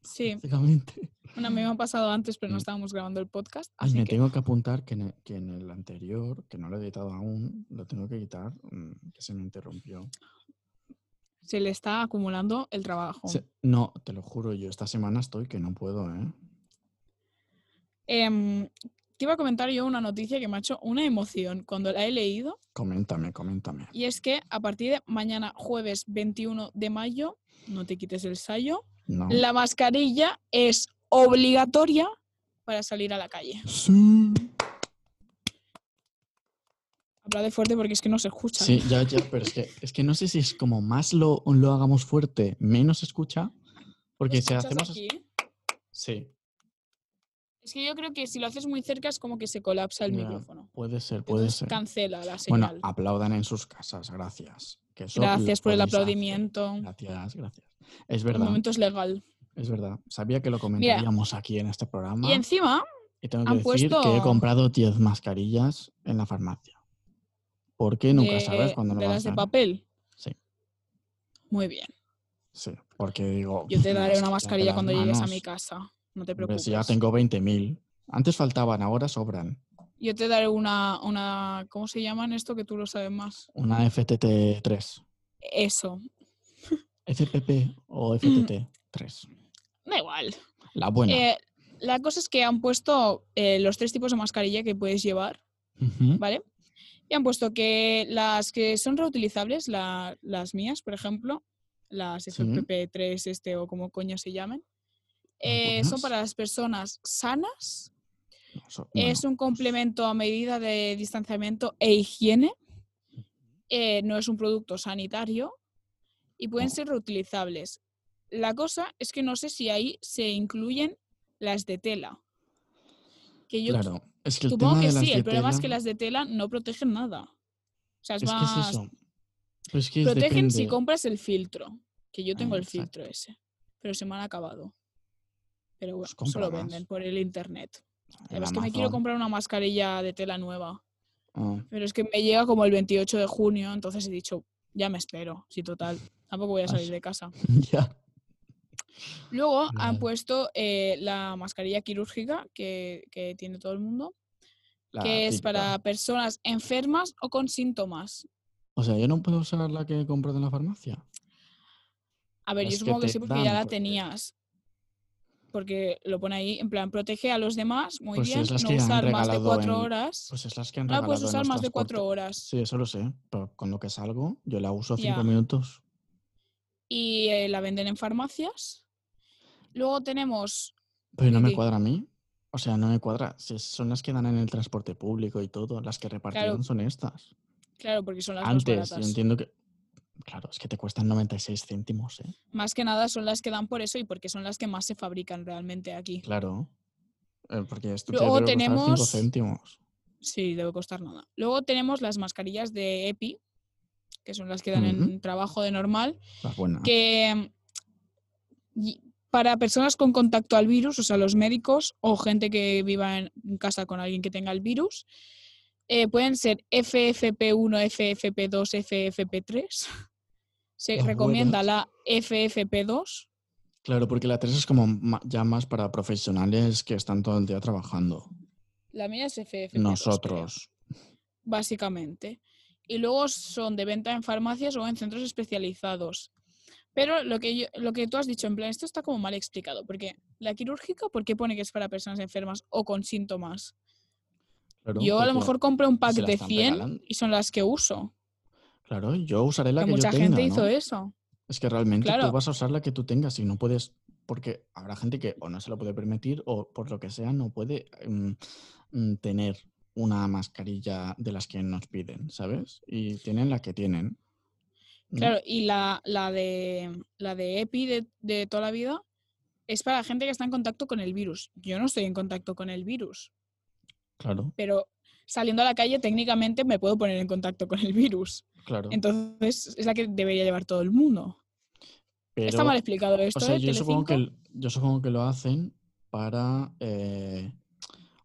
Sí,
básicamente.
una me han pasado antes, pero no
Mm.
estábamos grabando el podcast.
Ay,
así
me
que-
tengo que apuntar que en, el, que en el anterior, que no lo he editado aún, lo tengo que quitar, mm, que se me interrumpió.
se le está acumulando el trabajo.
Se- no, te lo juro, yo esta semana estoy que no puedo, ¿eh?
Em, te iba a comentar yo una noticia que me ha hecho una emoción cuando la he leído,
Coméntame, coméntame.
y es que a partir de mañana, jueves 21 de mayo, no te quites el sayo,
No.
la mascarilla es obligatoria para salir a la calle.
Sí.
Habla de fuerte porque es que no se escucha.
Sí, ya, ya, pero es que, es que no sé si es como más lo, lo hagamos fuerte, menos se escucha, porque si
¿Escuchas
hacemos...
aquí?
Sí,
Es que yo creo que si lo haces muy cerca es como que se colapsa el
Ya,
micrófono.
puede ser, puede
Entonces
ser.
cancela la
Bueno,
señal.
aplaudan en sus casas, gracias. Que eso lo
Gracias por el
podéis hacer.
aplaudimiento.
Gracias, gracias. Es
El
verdad,
momento es legal.
es verdad. Sabía que lo comentaríamos aquí en este programa.
Y encima,
Y tengo que
han
decir que he
puesto-
comprado 10 mascarillas en la farmacia. Porque nunca
de,
sabes cuándo lo
de
vas a
las de
usar.
papel.
Sí.
Muy bien.
Sí, porque digo...
Yo te daré
"Es
una
que
mascarilla
las
cuando llegues a
manos,
mi casa. No te
hombre,
preocupes.
si ya tengo 20.000. Antes faltaban, ahora sobran.
Yo te daré una, una. ¿Cómo se llaman esto que tú lo sabes más?
Una FTT3.
Eso.
FPP o FTT3.
Da igual.
La buena.
Eh, la cosa es que han puesto eh, los tres tipos de mascarilla que puedes llevar,
Ujú.
¿vale? Y han puesto que las que son reutilizables, la- las mías, por ejemplo, las FPP3 este o como coño se llamen, eh, son
Algunas.
para las personas sanas
No, so-
Es un complemento a medida de distanciamiento e higiene. eh, no es un producto sanitario y pueden
No.
ser reutilizables. La cosa es que no sé si ahí se incluyen las de tela. Que yo
Claro, es que el
supongo
tema
que
de las
sí,
de
el problema es que
tela-
las de tela no protegen nada. O sea, es,
es que
más.
es eso. Pero es que es
protegen si
depende.
compras el filtro. Que yo tengo
Ah,
el
exacto.
filtro ese. Pero se me han acabado. Pero bueno,
Pues
se lo
compra más.
venden por el internet.
en
Además que me quiero
Amazon.
comprar una mascarilla de tela nueva.
Ah,
Pero es que me llega como el 28 de junio, entonces he dicho, ya me espero, sí, total, tampoco voy a salir
Vas.
de casa.
Ah, ya.
Luego
Vale.
han puesto eh, la mascarilla quirúrgica que, que tiene todo el mundo,
la
que es
típica.
para personas enfermas o con síntomas.
O sea, yo no puedo usar la que he comprado en la farmacia.
A ver, yo
Las que
supongo que
te
sí, porque ya
dan,
la
porque-
tenías. Porque lo pone ahí, en plan, protege a los demás, muy
Pues
bien,
es las
no
que han
usar más de
regalado
cuatro
en-
horas.
Pues es las que han
no la puedes
regalado en
Ah, usar
los
más de cuatro
transportes.
horas.
Sí, eso lo sé. Pero con lo que salgo, yo la uso cinco
Ya.
minutos.
Y eh, la venden en farmacias. Luego tenemos
Pero no me
Sí.
cuadra a mí. O sea, no me cuadra. Si son las que dan en el transporte público y todo. Las que repartieron son estas.
Claro, porque son las más
Antes, yo
baratas.
entiendo que. Claro, es que te cuestan 96 céntimos, ¿eh?
Más que nada son las que dan por eso y porque son las que más se fabrican realmente aquí.
Claro. Eh, Porque esto
Luego
te debe costar cinco
tenemos-
céntimos.
Sí, debe costar nada. Luego tenemos las mascarillas de EPI, que son las que dan en trabajo de normal,
Las buenas.
que mm, y- para personas con contacto al virus, o sea, los médicos o gente que viva en en casa con alguien que tenga el virus, eh, pueden ser FFP1, FFP2, FFP3. Se
Las
recomienda
buenas.
la FFP2.
Claro, porque la 3 es como ma- ya más para profesionales que están todo el día trabajando.
La mía es FFP2. creo,
Nosotros.
básicamente. Y luego son de venta en farmacias o en centros especializados. Pero lo que, yo- lo que tú has dicho, en plan, esto está como mal explicado. Porque la quirúrgica, ¿por qué pone que es para personas enfermas o con síntomas?
Claro,
yo a lo
porque-
mejor compro un pack
la
de
están
100
regalando.
y son las que uso.
Claro, yo usaré la
Que
que, yo
mucha
tenga.
gente hizo
¿no?
eso.
Es que realmente
Claro.
tú vas a usar la que tú tengas y no puedes, porque habrá gente que o no se lo puede permitir o por lo que sea no puede mm, mm, tener una mascarilla de las que nos piden, ¿sabes? Y tienen la que tienen. ¿no?
Claro, y la, la de, la de EPI de, de toda la vida es para la gente que está en contacto con el virus. Yo no estoy en contacto con el virus.
Claro,
pero saliendo a la calle técnicamente me puedo poner en contacto con el virus.
claro.
Entonces es la que debería llevar todo el mundo.
Pero,
Está mal explicado esto.
o sea,
¿eh?
yo supongo, que,
Telecinco.
el- yo supongo que lo hacen para. eh,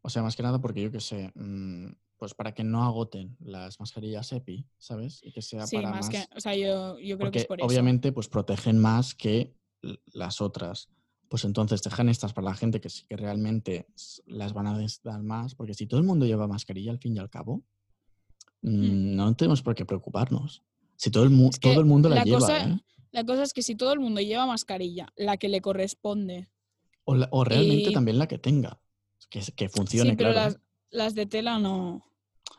o sea, más que nada porque yo qué sé. mm, Pues para que no agoten las mascarillas EPI, ¿sabes? Y que sea
Sí,
para
más que. O sea, yo, yo creo que
porque
es por eso.
obviamente pues protegen más que l- las otras. Pues entonces dejan estas para la gente que sí que realmente s- las van a necesitar más, porque si todo el mundo lleva mascarilla al fin y al cabo, mm, no tenemos por qué preocuparnos. Si todo el, mu-
Hmm. Es que
todo el mundo la,
la
lleva,
cosa-
¿eh?
La cosa es que si todo el mundo lleva mascarilla, la que le corresponde.
o, la- o realmente
y-
también la que tenga, que, s- que funcione,
sí, pero
claro.
las, las de tela no.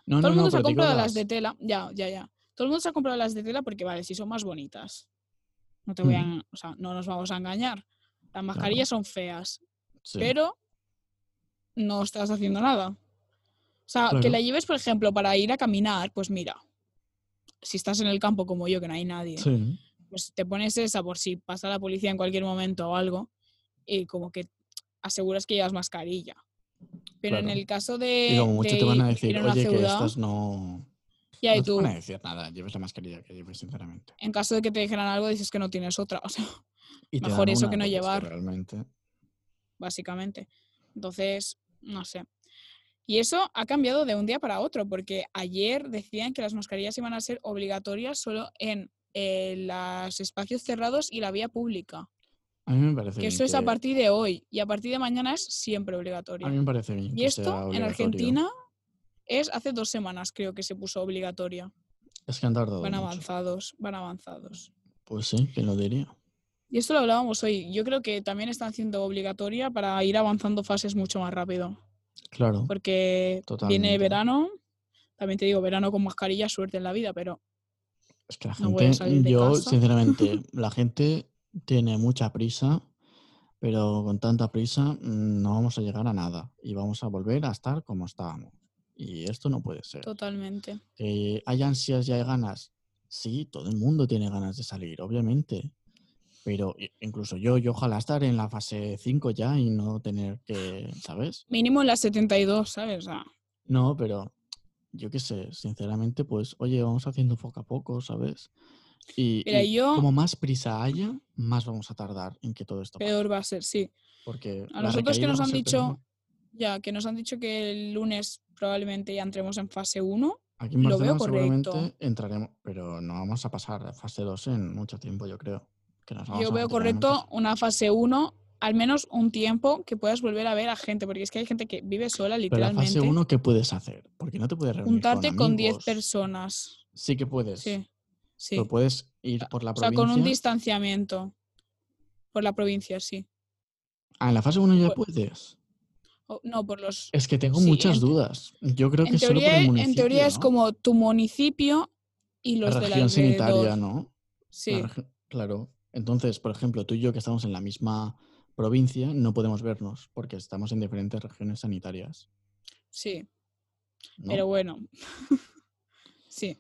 No,
todo
no,
el
no,
mundo se ha
pero digo
comprado las... de tela. Ya, ya, ya. Todo el mundo se ha comprado las de tela porque, vale, si son más bonitas. No te voy a, o sea, no nos vamos a engañar. Las mascarillas son feas,
sí.
pero no estás haciendo nada. O sea, que
Claro.
la lleves, por ejemplo, para ir a caminar, pues mira, si estás en el campo como yo, que no hay nadie,
Sí.
pues te pones esa por si pasa la policía en cualquier momento o algo y como que aseguras que llevas mascarilla. Pero en
Claro.
el caso de,
Y como mucho
de
te van a
ir-
decir,
ir a una
oye, que
ciudad,
estas no...
ya y
no te
tú,
van a decir nada, lleves la mascarilla que lleves, sinceramente.
en caso de que te dijeran algo, dices que no tienes otra, o sea,
Y te
Mejor
dan
eso
una,
que no
porque es
llevar.
Realmente.
básicamente. Entonces, no sé. Y eso ha cambiado de un día para otro, porque ayer decían que las mascarillas iban a ser obligatorias solo en eh, los espacios cerrados y la vía pública.
A mí me parece
que
bien
eso es a
que-
partir de hoy y a partir de mañana es siempre
A mí
obligatorio.
me parece bien.
Y
que sea
esto en
obligatorio.
Argentina es hace dos semanas creo que se puso obligatoria.
Es que han tardado.
Van
mucho.
avanzados, van avanzados.
Pues sí, ¿quién lo diría?
Y esto lo hablábamos hoy. Yo creo que también están haciendo obligatoria para ir avanzando fases mucho más rápido.
Claro.
porque viene
Totalmente.
verano. También te digo, verano con mascarilla, suerte en la vida, pero
Es que la
no voy a
gente.
salir de
yo,
casa.
sinceramente, la gente tiene mucha prisa, pero con tanta prisa mm, no vamos a llegar a nada. Y vamos a volver a estar como estábamos. Y esto no puede ser.
totalmente.
Que eh, hay ansias y hay ganas. Sí, todo el mundo tiene ganas de salir, obviamente. Pero i- incluso yo, yo ojalá estar en la fase 5 ya y no tener que, ¿sabes?
Mínimo en las 72, ¿sabes? O sea,
No, pero yo qué sé, sinceramente, pues, oye, vamos haciendo poco a poco, ¿sabes? Y,
Mira,
y
yo-
como más prisa haya, más vamos a tardar en que todo esto pase,
peor va a ser, sí.
Porque
A
la
nosotros que
recaída
nos
va a
han
ser
dicho,
tremenda.
ya, que nos han dicho que el lunes probablemente ya entremos en fase 1,
Aquí en
lo veo
Barcelona seguramente
correcto.
entraremos, pero no vamos a pasar a fase 2 en mucho tiempo, yo creo. que nos vamos a
yo veo
meter en muchas-
correcto una fase 1, al menos un tiempo que puedas volver a ver a gente, porque es que hay gente que vive sola,
Pero la
literalmente.
fase 1, ¿qué puedes hacer? Porque no te puedes reunir
juntarte con 10
amigos.
personas.
Sí que puedes.
Sí. Sí.
Pero puedes ir por la
O sea,
provincia.
con un distanciamiento. Por la provincia, sí.
Ah, en la fase 1 ya
Pues-
puedes.
O- no, por los.
Es que tengo
Sí,
muchas
en te-
dudas. Yo creo que
En
solo por
teoría, e,
el
en
municipio.
teoría es
¿no?
como tu municipio y
la
los del
región sanitaria,
alrededor.
¿no? La
Sí,
regi- claro. Entonces, por ejemplo, tú y yo que estamos en la misma provincia, no podemos vernos porque estamos en diferentes regiones sanitarias.
sí.
¿no?
Pero bueno. sí.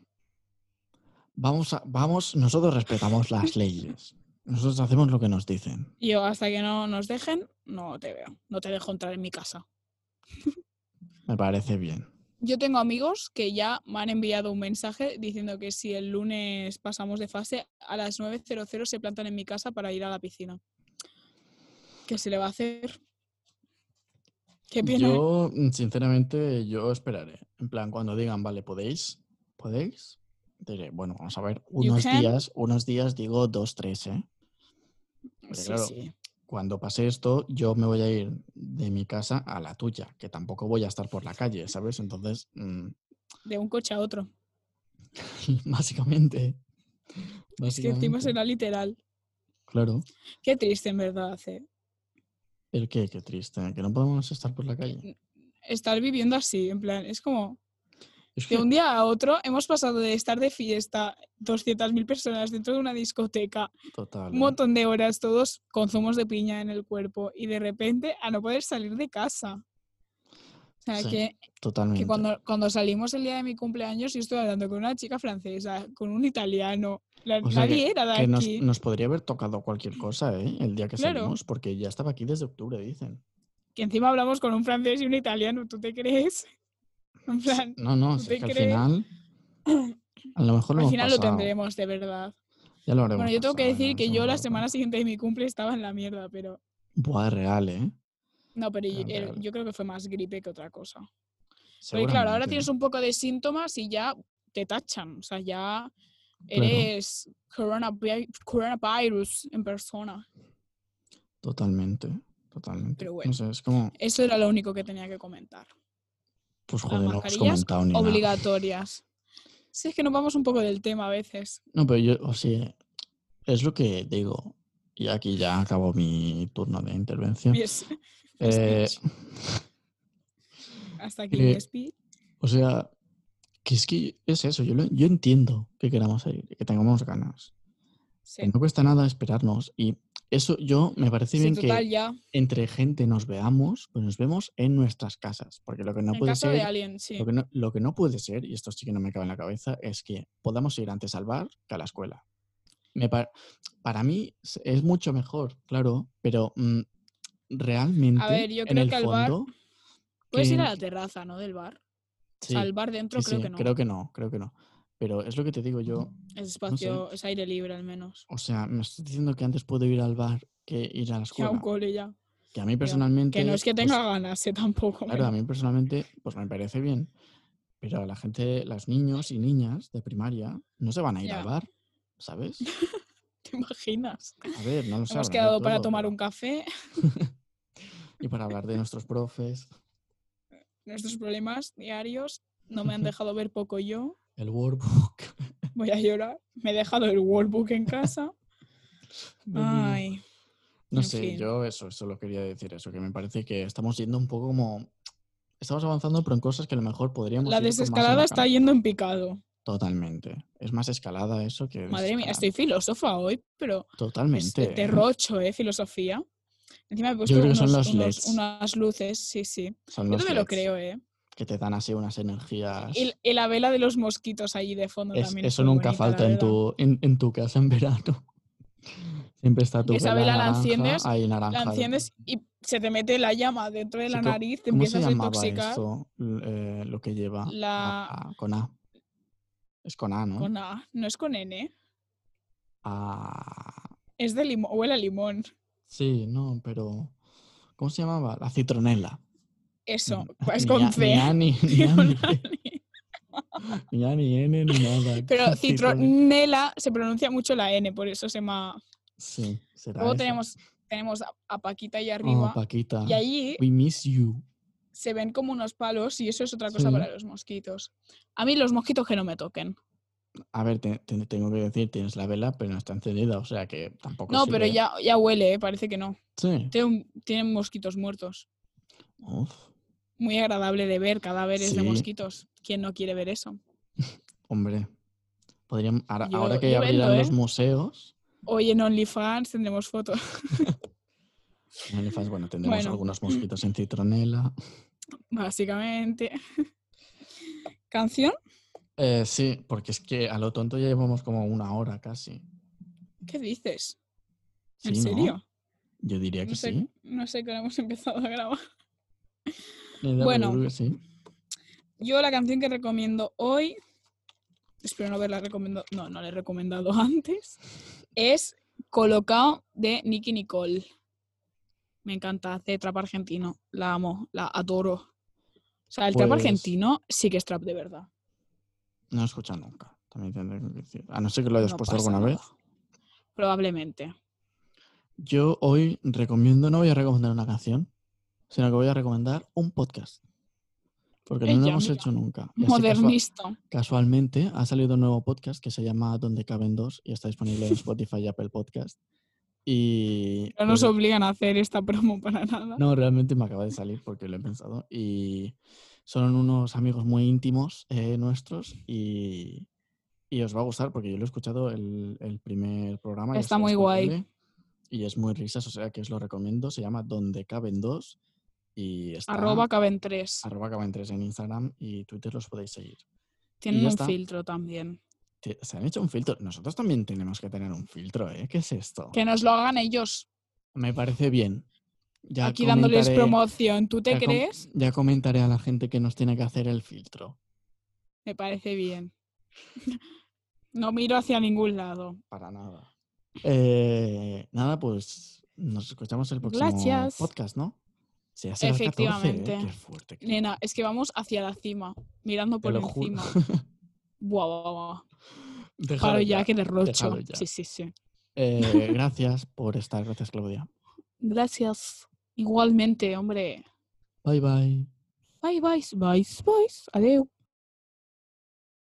Vamos, a- vamos, nosotros respetamos las leyes. Nosotros hacemos lo que nos dicen.
Yo hasta que no nos dejen, no te veo. No te dejo entrar en mi casa.
Me parece bien.
Yo tengo amigos que ya me han enviado un mensaje diciendo que si el lunes pasamos de fase, a las 9.00 se plantan en mi casa para ir a la piscina. ¿Qué se le va a hacer? ¿Qué pena? ¿eh?
Yo, mm, sinceramente, yo esperaré. En plan, cuando digan, vale, podéis, podéis, diré, bueno, vamos a ver, unos
can.
días, unos días, digo dos, tres, ¿eh? Porque,
Sí,
claro,
sí.
cuando pase esto, yo me voy a ir de mi casa a la tuya, que tampoco voy a estar por la calle, ¿sabes? Entonces, mm,
De un coche a otro.
básicamente.
Es que encima
básicamente,
será literal.
Claro.
Qué triste, en verdad, eh,
El qué, qué triste, que no podemos estar por la calle.
Estar viviendo así, en plan, es como
Es
de
que,
un día a otro hemos pasado de estar de fiesta 200.000 personas dentro de una discoteca,
total.
un
¿eh?
montón de horas todos con zumos de piña en el cuerpo y de repente a no poder salir de casa. O sea,
Sí,
que,
Totalmente.
que cuando, cuando salimos el día de mi cumpleaños yo estuve hablando con una chica francesa, con un italiano, la-
O sea,
nadie era de
que nos,
aquí.
nos podría haber tocado cualquier cosa, ¿eh? El día que
Claro.
salimos, porque ya estaba aquí desde octubre, dicen.
que encima hablamos con un francés y un italiano, ¿tú te crees? En plan,
No, no,
¿Tú
si es
te
que al
crees?
final. A lo mejor lo
al
hemos
final lo
pasado.
tendremos de verdad.
Ya lo haremos.
Bueno, yo tengo que
pasado,
decir
ya
que
se
yo
me
la
acuerdo.
semana siguiente de mi cumple estaba en la mierda, pero...
Buah, real, ¿eh?
No, pero yo,
Real,
eh,
real.
yo creo que fue más gripe que otra cosa. Porque claro, ahora
Seguramente.
tienes un poco de síntomas y ya te tachan. O sea, ya
Claro.
eres coronavi- coronavirus en persona.
Totalmente, totalmente.
Pero
Pero
bueno.
bueno. No sé, es como,
Eso era lo único que tenía que comentar.
pues joder, no hemos
mascarillas
comentado ni nada.
Obligatorias. Si es que nos vamos un poco del tema a veces.
No, pero yo, o sea, es lo que digo. Y aquí ya acabó mi turno de intervención.
Mi es- mi pues
Eh,
speech. Hasta aquí mi
eh,
speech.
o sea, que es que es eso. Yo, lo- yo entiendo que queramos ir, que tengamos ganas.
Sí.
que No cuesta nada esperarnos. Y eso yo me parece
Sí,
bien
total,
que
ya.
entre gente nos veamos, pues nos vemos en nuestras casas. Porque lo que no
en
puede
caso de
ser
alguien, sí.
Lo que, no, lo que no puede ser, y esto sí que no me cabe en la cabeza, es que podamos ir antes al bar que a la escuela. Me pa- para mí es- es mucho mejor, claro, pero mm, realmente
A ver, yo
en
creo
el
que al bar-
fondo...
Puedes ir
que-
a la terraza, ¿no? Del bar. O
sí,
sea, al bar dentro
sí,
creo
sí,
que no.
creo que no, creo que no. Pero es lo que te digo yo,
Es espacio, es aire libre al menos.
o sea, me estás diciendo que antes puedo ir al bar que ir a la
Ya
escuela.
un cole ya.
Que a mí personalmente...
Que no es que
pues,
tenga ganas, eh, tampoco.
Claro, a
pero-
mí personalmente, pues me parece bien. Pero a la gente, los niños y niñas de primaria, no se van a ir
Ya.
al bar, ¿sabes?
¿Te imaginas?
A ver, no lo sé.
Hemos
habrá de
quedado para
Pues todo,
tomar
pero-
un café,
Y para hablar de nuestros profes,
nuestros problemas diarios. No me han dejado ver poco yo.
el workbook.
Voy a llorar. Me he dejado el workbook en casa.
lo mismo.
Ay,
no
en
sé,
fin.
yo eso, solo quería decir eso, que me parece que estamos yendo un poco como... Estamos avanzando, pero en cosas que a lo mejor podríamos...
la
ir con más
desescalada está
huracán.
yendo en picado.
Totalmente. Es más escalada eso que...
Madre mía,
desescalada.
estoy filósofa hoy, pero es
Totalmente.
de terrocho, ¿eh? Filosofía. Encima me he puesto
creo que son
unos-
los
unos-
LEDs.
unas luces, sí, sí.
Son E
Yo
los
también lo
LEDs
creo, ¿eh?
Que te dan así unas energías...
Y, y la vela de los mosquitos allí de fondo
Es-
también. es
eso
muy
nunca
bonita, la
falta en
verdad.
tu, en, en tu casa en verano. Siempre está tu
Esa vela la enciendes-
hay naranja.
La
de-
enciendes y se te mete la llama dentro de
Sí,
la
co-
nariz, te
¿Cómo se
empiezas a
llamaba
intoxicar
esto, l- eh, lo que lleva a-
La-
a- con A? Es con A, ¿no?
con A. No es con N,
A-
es de limón, huele a limón.
Sí, no, pero... ¿Cómo se llamaba? La citronela.
Eso,
Mm,
es
ni
con
A- Ni A
C.
ni, ni A ni E, ni A ni N ni nada.
Pero
Citrone-
citronela se pronuncia mucho la N, por eso se llama.
Sí, será
Luego
eso.
tenemos, tenemos a, a Paquita ahí
Oh,
arriba
Paquita.
y allí
We miss you.
se ven como unos palos y eso es otra cosa
Sí. Pues
para los mosquitos. A mí los mosquitos que no me toquen.
A ver, te, te- tengo que decir, tienes la vela, pero no está encendida, o sea que tampoco
No,
sirve.
pero ya, ya huele, eh, parece que no.
Sí.
Tiene un- tienen mosquitos muertos.
Uf,
Muy agradable de ver cadáveres de
Sí.
mosquitos. ¿Quién no quiere ver eso?
hombre. Podrían, ahora,
Yo-
ahora que
yo
abrirán
vendo,
los
¿eh?
museos,
Hoy en OnlyFans tendremos fotos.
en OnlyFans, bueno, tendremos
Bueno.
algunos mosquitos en citronela.
Básicamente. ¿Canción?
Eh, sí, porque es que a lo tonto ya llevamos como una hora casi.
¿Qué dices? ¿En
Sí, ¿no?
serio?
Yo diría que
No sé,
sí.
no sé que hemos empezado a grabar.
Eh, yo
Bueno.
creo que sí.
Yo la canción que recomiendo hoy, espero no haberla recomendado, no, no la he recomendado antes, es Colocao de Nicky Nicole. Me encanta, hace trap argentino, la amo, la adoro. O sea, el trap
Pues-
argentino sí que es trap de verdad.
No he escuchado nunca. También tendré que decir. A no ser que lo hayas
no
puesto
pasa
alguna
nada.
vez. este
Probablemente.
Yo hoy recomiendo, no voy a recomendar una canción, sino que voy a recomendar un podcast. Porque no lo
Ella,
hemos
mira,
hecho nunca. Y así casua-
Modernista.
casualmente ha salido un nuevo podcast que se llama Donde caben dos y está disponible en Spotify y Apple Podcast. Y
No nos
pues,
obligan a hacer esta promo para nada.
no, realmente me acaba de salir porque lo he pensado. Y son unos amigos muy íntimos eh, nuestros y, y os va a gustar porque yo lo he escuchado el, el primer programa. ya
Está muy guay.
disponible Y es muy risas, o sea que os lo recomiendo. Se llama Donde caben dos y está Ah,
Arroba caben tres.
arroba caben tres en Instagram y Twitter los podéis seguir.
Tienen
ya
un
está.
filtro también.
Te- Se han hecho un filtro. Nosotros también tenemos que tener un filtro, ¿eh? ¿Qué es esto?
Que nos lo hagan ellos.
Me parece bien. Ya
Aquí dándoles
comentaré-
promoción. ¿Tú te
ya com-
crees?
Ya comentaré a la gente que nos tiene que hacer el filtro.
Me parece bien. No miro hacia ningún lado.
Para nada. Eh, nada, pues nos escuchamos el próximo
Gracias.
podcast, ¿no? Se hace las 14, ¿eh?
Efectivamente.
Qué fuerte. qué-
Nena, es que vamos hacia la cima, mirando por
lo ju-
encima. Buah, buah, buah.
Déjalo
Paro ya, que derrocho.
déjalo ya.
Sí, sí, sí.
Eh, gracias por estar. Gracias, Claudia.
Gracias. Igualmente, hombre.
Bye, bye.
Bye, bye, bye, bye. Adeu.